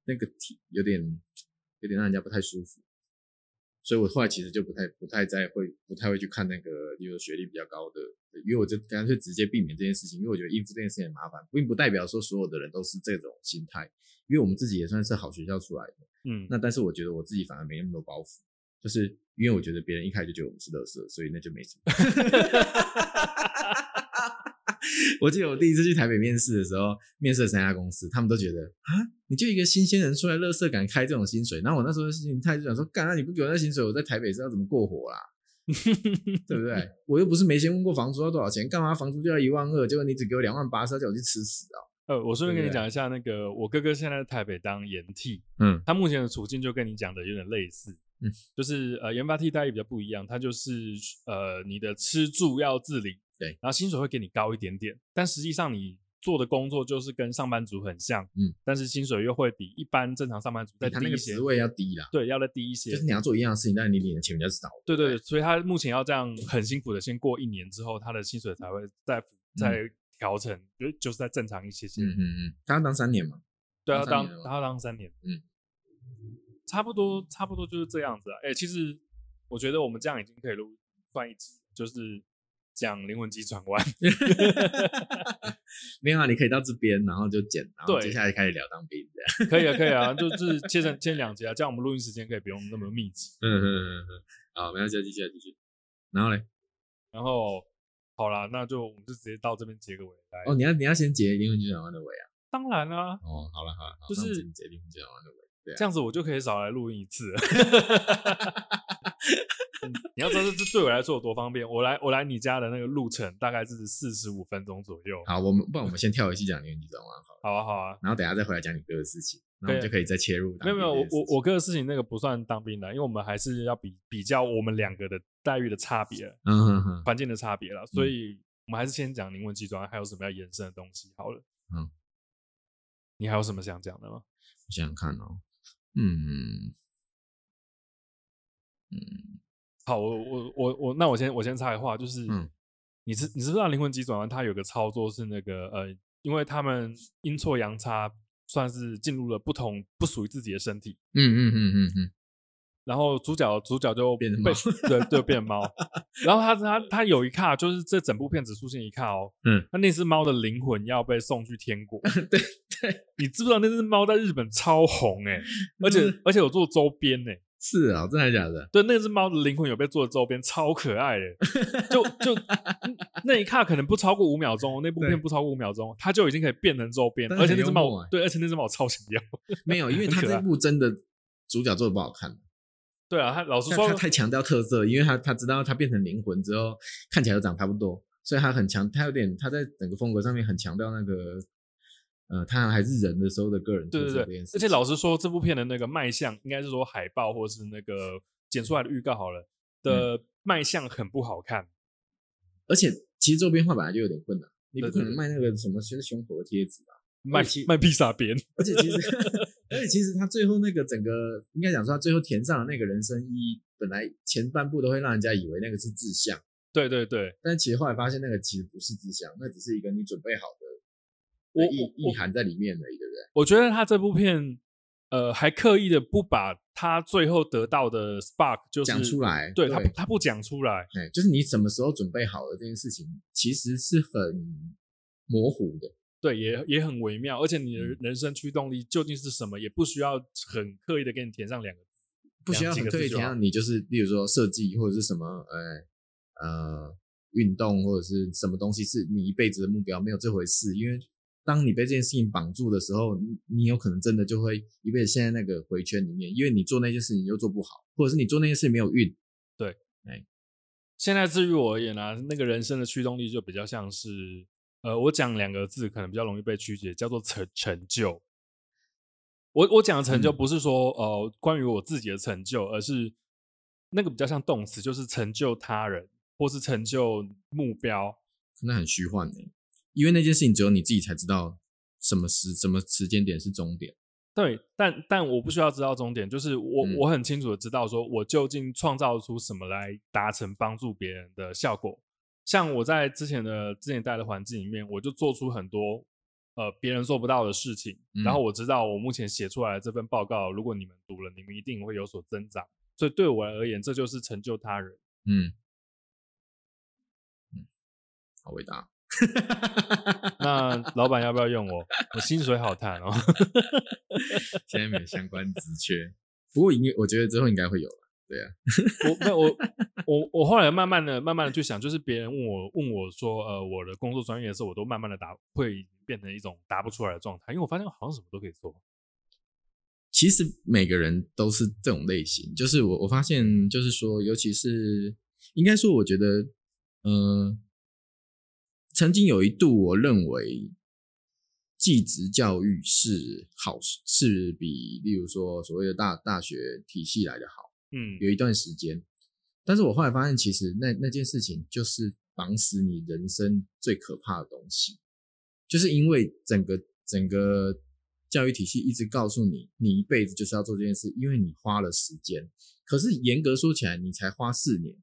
S2: 那个体有点有点让人家不太舒服，所以我后来其实就不太不太再会不太会去看那个，比如说学历比较高的，因为我就干脆直接避免这件事情，因为我觉得应付这件事情很麻烦，并不代表说所有的人都是这种心态，因为我们自己也算是好学校出来的，
S1: 嗯，
S2: 那但是我觉得我自己反而没那么多包袱，就是因为我觉得别人一开始就觉得我们是垃圾，所以那就没什么。 <laughs> 我记得我第一次去台北面试的时候，面试了三家公司，他们都觉得啊，你就一个新鲜人出来，垃圾敢开这种薪水。然后我那时候的心态就想说，干，那你不给我那薪水，我在台北是要怎么过活啦？啊对不对？我又不是没先问过房租要多少钱，干嘛房租就要一万二，结果你只给我两万八，是要叫我去吃屎啊？
S1: 呃，我顺便
S2: 对
S1: 跟你
S2: 对
S1: 讲一下，那个我哥哥现在在台北当研替，
S2: 嗯
S1: 他目前的处境就跟你讲的有点类似，
S2: 嗯，
S1: 就是呃研发替代也比较不一样，它就是呃你的吃住要自理，
S2: 对，
S1: 然后薪水会给你高一点点，但实际上你做的工作就是跟上班族很像，
S2: 嗯，
S1: 但是薪水又会比一般正常上班族再
S2: 但他那
S1: 低一
S2: 个
S1: 些
S2: 职，位要低啦，
S1: 对，要再低一些，
S2: 就是你要做一样的事情，但是你领的钱比较少。
S1: 对对对，所以他目前要这样很辛苦的先过一年之后，他的薪水才会再再调整，就就是再正常一些些。
S2: 嗯嗯嗯嗯，他要当三年嘛，
S1: 对，他
S2: 当
S1: 当
S2: 三年了吗
S1: 他当三年，
S2: 嗯，
S1: 差不多差不多就是这样子啊。哎、其实我觉得我们这样已经可以录算一集，就是讲灵魂机转弯。 <laughs>
S2: 没有啊，你可以到这边，然后就剪，然后
S1: 对
S2: 接下来开始聊当兵这样。
S1: 可以啊，可以啊，就是切成切两节啊，这样我们录音时间可以不用那么密集。
S2: 嗯嗯嗯嗯，好，没关系，继续继续。然后嘞，
S1: 然后好啦，那就我们就直接到这边结个尾来。
S2: 哦，你要你要先结灵魂急转弯的尾啊。
S1: 当然啦、
S2: 哦，好了好了，好
S1: 就是
S2: 那我们先结灵魂急转弯的尾。对啊
S1: 这样子我就可以少来录音一次了。 <laughs> 嗯你要知道，这这对我来说有多方便。我来我来你家的那个路程大概是四十五分钟左右。
S2: 好，我们不然我们先跳回去讲灵魂急转弯好了，
S1: 好啊，好啊，
S2: 然后等一下再回来讲你哥的事情，然后我们
S1: 对
S2: 就可以再切入当
S1: 没有
S2: 兵
S1: 没
S2: 这
S1: 有，我
S2: 件事情。
S1: 我我哥的事情那个不算当兵的，因为我们还是要比比较我们两个的待遇的差别、
S2: 嗯哼哼，
S1: 环境的差别了，
S2: 嗯
S1: 所以我们还是先讲灵魂集中，还有什么要延伸的东西好了。
S2: 嗯，
S1: 你还有什么想讲的吗？
S2: 我想想看哦，嗯嗯，
S1: 好，我我我我，那我先我先插个话，就是，
S2: 嗯
S1: 你知你知不知道灵魂急转弯它有个操作是那个呃，因为他们阴错阳差，算是进入了不同不属于自己的身体，
S2: 嗯嗯嗯嗯嗯，
S1: 然后主角主角就
S2: 变成
S1: 被
S2: 猫
S1: 对对变猫，然后他他他有一卡，就是这整部片只出现一卡哦，
S2: 嗯，
S1: 他那只猫的灵魂要被送去天国，
S2: <laughs> 对对，
S1: 你知不知道那只猫在日本超红哎、
S2: <laughs>
S1: 而且
S2: 嗯
S1: 而且有做周边哎、
S2: 是啊，真的假的？
S1: 对，那只猫的灵魂有被做周边，超可爱的。就
S2: <laughs>
S1: 就嗯那一刻可能不超过五秒钟，哦那部
S2: 对
S1: 片不超过五秒钟，哦它就已经可以变成周边，
S2: 但
S1: 而且
S2: 很
S1: 那只
S2: 幽
S1: 猫
S2: 默欸
S1: 对，而且那只猫我超想要。
S2: 没有，因为
S1: 很
S2: 他
S1: 可
S2: 这
S1: 爱
S2: 部真的主角做的不好看，
S1: 对啊，他老实
S2: 但
S1: 说
S2: 他，太强调特色，因为他他知道他变成灵魂之后看起来都长差不多，所以他很强，他有点他在整个风格上面很强调那个，呃，他还是人的时候的个人
S1: 对
S2: 特色
S1: 对
S2: 这
S1: 对
S2: 件事，
S1: 而
S2: 情
S1: 且老实说，这部片的那个卖相，应该是说海报或是那个剪出来的预告好了
S2: 嗯
S1: 的卖相很不好看。
S2: 而且其实周边化本来就有点困难，你不
S1: 对对
S2: 可能卖那个什么胸胸口的贴纸
S1: <laughs>
S2: 啊，
S1: 卖
S2: 其
S1: 卖披萨边， <laughs>
S2: 而且其实而且其实他最后那个整个应该讲说他最后填上的那个人生意义，本来前半部都会让人家以为那个是志向。
S1: 对对对，
S2: 但其实后来发现，那个其实不是志向，那只是一个你准备好的
S1: 我
S2: 的意
S1: 我
S2: 意涵在里面而已，对不对？
S1: 我觉得他这部片，呃，还刻意的不把他最后得到的 spark 就是
S2: 讲出，来，
S1: 对
S2: 对
S1: 他不他不讲出来，
S2: 哎，就是你什么时候准备好了这件事情，其实是很模糊的。
S1: 对，也也很微妙，而且你的
S2: 嗯
S1: 人生驱动力究竟是什么，也不需要很刻意的给你填上两个字。
S2: 不需要
S1: 两
S2: 很
S1: 个字
S2: 特意
S1: 就
S2: 提
S1: 好
S2: 到你就是，例如说设计或者是什么，呃呃，运动或者是什么东西是你一辈子的目标，没有这回事。因为当你被这件事情绑住的时候，你你有可能真的就会一辈子陷在那个回圈里面，因为你做那件事情又做不好，或者是你做那件事情没有运。
S1: 现在至于我而言啊，那个人生的驱动力就比较像是，呃，我讲两个字可能比较容易被曲解，叫做成成就。我我讲的成就
S2: 嗯
S1: 不是说、呃关于我自己的成就，而是那个比较像动词，就是成就他人或是成就目标。
S2: 那很虚幻的、欸因为那件事情只有你自己才知道什么时什么时间点是终点。
S1: 对，但但我不需要知道终点，就是我、
S2: 嗯
S1: 我很清楚的知道，说我究竟创造出什么来达成帮助别人的效果。像我在之前的之前待的环境里面，我就做出很多呃别人做不到的事情，
S2: 嗯
S1: 然后我知道我目前写出来的这份报告，如果你们读了，你们一定会有所增长。所以对我而言，这就是成就他人。
S2: 嗯，嗯，好伟大。哦
S1: 那老板要不要用我？我薪水好谈哦。
S2: 现在没有相关职缺，不过应该我觉得之后应该会有了。
S1: 我没有我我我后来慢慢的、慢慢的去想，就是别人问我问我说，呃，我的工作专业的时候，我都慢慢的答，会变成一种答不出来的状态，因为我发现我好像什么都可以做。
S2: 其实每个人都是这种类型，就是我我发现，就是说，尤其是应该说，我觉得，呃，曾经有一度我认为，技职教育是好是比，例如说所谓的大大学体系来的好。
S1: 嗯，
S2: 有一段时间，但是我后来发现，其实那那件事情就是绑死你人生最可怕的东西，就是因为整个整个教育体系一直告诉你，你一辈子就是要做这件事，因为你花了时间。可是严格说起来，你才花四年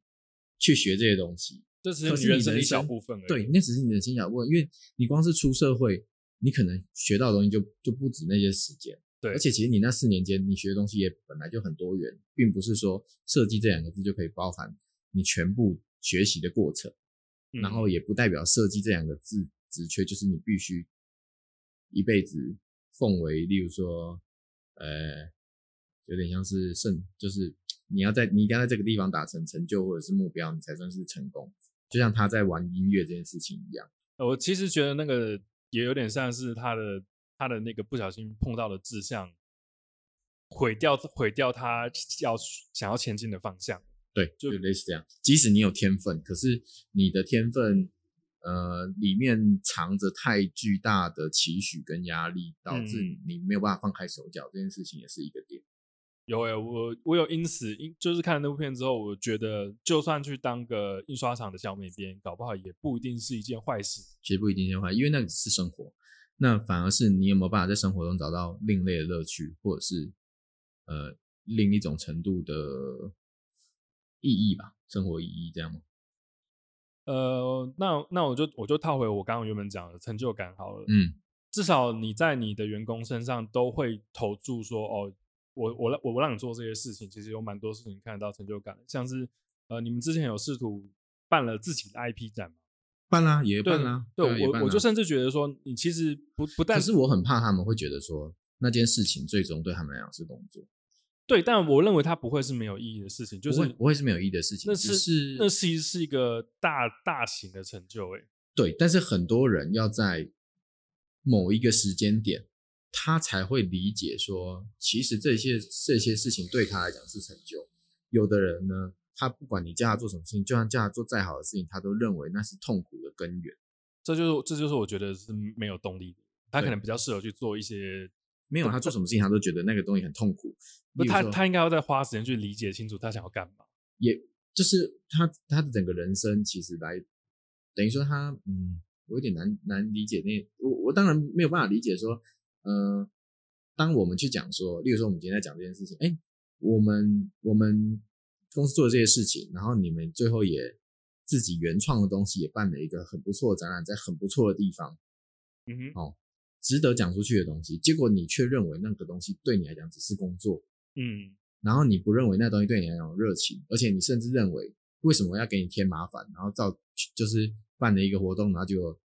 S2: 去学这些东西，
S1: 这只
S2: 可
S1: 是
S2: 是
S1: 你人
S2: 你
S1: 生的
S2: 人
S1: 一小
S2: 生
S1: 部分而已。
S2: 对，那只是你的心想问，因为你光是出社会，你可能学到的东西就就不止那些时间。
S1: 对
S2: 而且其实你那四年间，你学的东西也本来就很多元，并不是说设计这两个字就可以包含你全部学习的过程，
S1: 嗯
S2: 然后也不代表设计这两个字职缺就是你必须一辈子奉为，例如说，呃，有点像是胜，就是你要在你一定要在这个地方达成成就或者是目标，你才算是成功。就像他在玩音乐这件事情一样，
S1: 呃我其实觉得那个也有点像是他的他的那个不小心碰到的志向，毁掉毁掉他要想要前进的方向。
S2: 对，
S1: 就
S2: 就类似这样。即使你有天分，可是你的天分，呃，里面藏着太巨大的期许跟压力，导致
S1: 嗯
S2: 你没有办法放开手脚，这件事情也是一个点。
S1: 有诶、我我有因此因就是看了那部片之后，我觉得就算去当个印刷厂的小美编，搞不好也不一定是一件坏事。
S2: 其实不一定先坏，因为那个只是生活，那反而是你有没有办法在生活中找到另类的乐趣，或者是呃另一种程度的意义吧，生活意义这样吗？
S1: 呃，那那我就我就套回我刚刚原本讲的成就感好了。
S2: 嗯，
S1: 至少你在你的员工身上都会投注说，哦，我我让我我让你做这些事情，其实有蛮多事情看得到成就感的，像是呃，你们之前有试图办了自己的 IP 展吗？
S2: 办啦，也
S1: 对
S2: 办啦，啊
S1: 对
S2: 也办
S1: 我我就
S2: 啦
S1: 甚至觉得说，你其实不不但
S2: 但是我很怕他们会觉得说那件事情最终对他们来讲是工作，
S1: 对，但我认为它不会是没有意义的事情，就
S2: 不会
S1: 是
S2: 不会是没有意义的事情，
S1: 那
S2: 只
S1: 是
S2: 是
S1: 那其实是一个大大型的成就、欸，哎，
S2: 对，但是很多人要在某一个时间点，他才会理解说，其实这些这些事情对他来讲是成就。有的人呢，他不管你叫他做什么事情，就算叫他做再好的事情，他都认为那是痛苦的根源。
S1: 这就是这就是我觉得是没有动力的，他可
S2: 对
S1: 能比较适合去做一些
S2: 没有，他做什么事情，他都觉得那个东西很痛苦。
S1: 不，
S2: 例如
S1: 他
S2: 说
S1: 他应该要再花时间去理解清楚他想要干嘛。
S2: 就是他他的整个人生其实来，等于说他嗯，我有点难难理解那我我当然没有办法理解说，呃，当我们去讲说，例如说我们今天在讲这件事情，哎、我们我们公司做的这些事情，然后你们最后也自己原创的东西也办了一个很不错的展览，在很不错的地方，
S1: 嗯哼，
S2: 哦值得讲出去的东西，结果你却认为那个东西对你来讲只是工作，
S1: 嗯，
S2: 然后你不认为那东西对你来讲有热情，而且你甚至认为为什么要给你添麻烦，然后造就是办了一个活动，然后就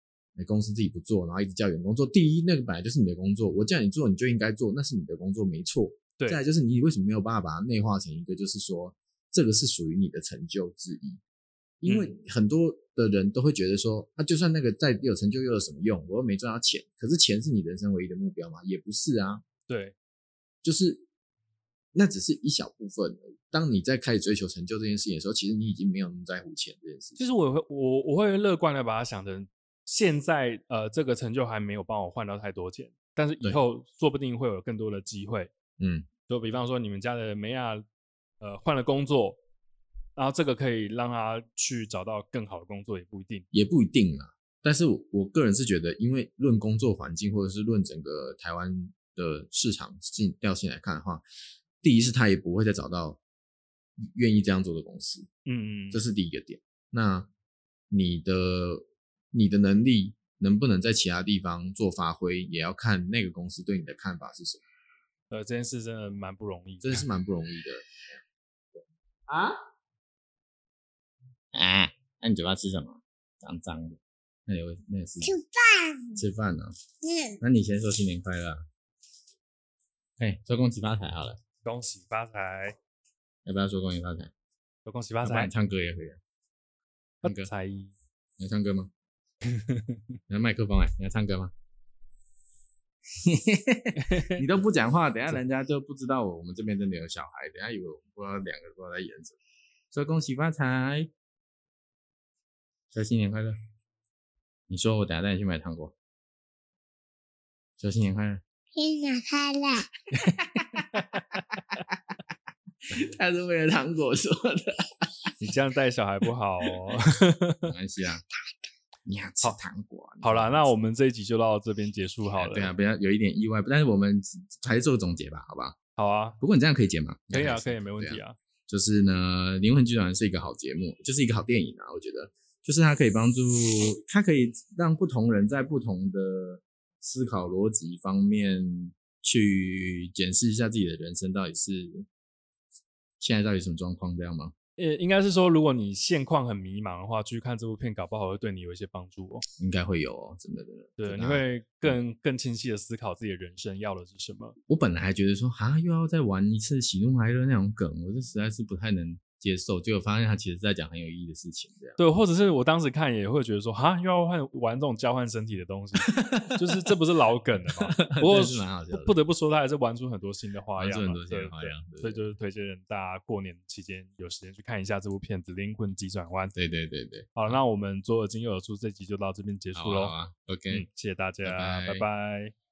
S2: 公司自己不做，然后一直叫员工做。第一，那个本来就是你的工作，我叫你做你就应该做，那是你的工作没错。
S1: 对
S2: 再来就是你为什么没有办法把它内化成一个，就是说这个是属于你的成就之一，因为很多的人都会觉得说，啊，就算那个再有成就又有什么用？我又没赚到钱，可是钱是你人生唯一的目标吗？也不是啊。
S1: 对，
S2: 就是那只是一小部分而已。当你在开始追求成就这件事情的时候，其实你已经没有那么在乎钱这件事情。
S1: 其实我会我我会乐观的把它想成，现在呃这个成就还没有帮我换到太多钱，但是以
S2: 对
S1: 后说不定会有更多的机会。
S2: 嗯，
S1: 就比方说你们家的梅亚呃换了工作，然后这个可以让他去找到更好的工作也不一定。
S2: 也不一定啦。但是我我个人是觉得，因为论工作环境或者是论整个台湾的市场进调性来看的话，第一是他也不会再找到愿意这样做的公司，
S1: 嗯，嗯
S2: 这是第一个点。那你的你的能力能不能在其他地方做发挥，也要看那个公司对你的看法是什么，
S1: 呃这件事真的蛮不容易。
S2: 真的是蛮不容易的。
S3: 啊？啊？那、你嘴巴吃什么？脏脏的。
S2: 那也会，那也是
S4: 吃饭，
S2: 吃饭啊。
S4: 嗯，
S2: 那你先说新年快乐啊、
S3: 哎、说恭喜发财好了，
S1: <laughs> 恭喜发财，
S2: 要不要说恭喜发财？
S1: 都恭喜发
S2: 要不然
S1: 财
S2: 你，唱歌也可以、啊。
S1: 发
S2: 那个
S1: 财。 <laughs>
S2: 你要唱歌吗？ <laughs> 你要麦克风哎、你要唱歌吗？你都不讲话，等一下人家就不知道我我们这边真的有小孩，等一下以为我们不知道两个不知道在演什么。说恭喜发财，说新年快乐。你说我等一下带你去买糖果。说新年快乐。
S4: 新年快乐，
S2: 他是为了糖果说的。
S1: 你这样带小孩不好哦。 <laughs>
S2: 没关系啊，你要吃糖果啊、
S1: 好啦，
S2: 了，
S1: 那我们这一集就到这边结束好了。
S2: 对啊，，不要有一点意外，但是我们还是做个总结吧，好吧？
S1: 好啊，
S2: 不过你这样可以剪吗？
S1: 可以啊，
S2: 还是
S1: 可以，没问题
S2: 对啊。
S1: 啊。
S2: 就是呢，《灵魂剧团》是一个好节目，就是一个好电影啊，我觉得，就是它可以帮助，它可以让不同人在不同的思考逻辑方面去检视一下自己的人生到底是现在到底什么状况，这样吗？
S1: 呃，应该是说，如果你现况很迷茫的话，去看这部片，搞不好会对你有一些帮助哦。
S2: 应该会有哦，真的真的。
S1: 对，
S2: 真
S1: 你
S2: 的啊
S1: 会更更清晰的思考自己的人生要的是什么。
S2: 我本来还觉得说啊，又要再玩一次喜怒哀乐那种梗，我这实在是不太能接受。结果发现他其实在讲很有意义的事情，这样。
S1: 对，或者是我当时看也会觉得说，哈，又要换玩这种交换身体的东西，就是这不是老梗了
S2: <laughs>
S1: 吗？不过
S2: 真是蛮好笑的
S1: 不不得不说，他还是玩出很多新的花
S2: 玩
S1: 样
S2: 出
S1: 啊，
S2: 很多新的
S1: 对
S2: 花
S1: 对
S2: 样对
S1: 所以就是推荐大家过年期间有时间去看一下这部片子《灵魂急转弯》。
S2: 对对对对，
S1: 好，那我们左耳进右耳出这集就到这边结
S2: 好
S1: 束
S2: 啊
S1: 喽。
S2: 好啊，OK，、
S1: 嗯，谢谢大家，
S2: 拜拜
S1: 拜拜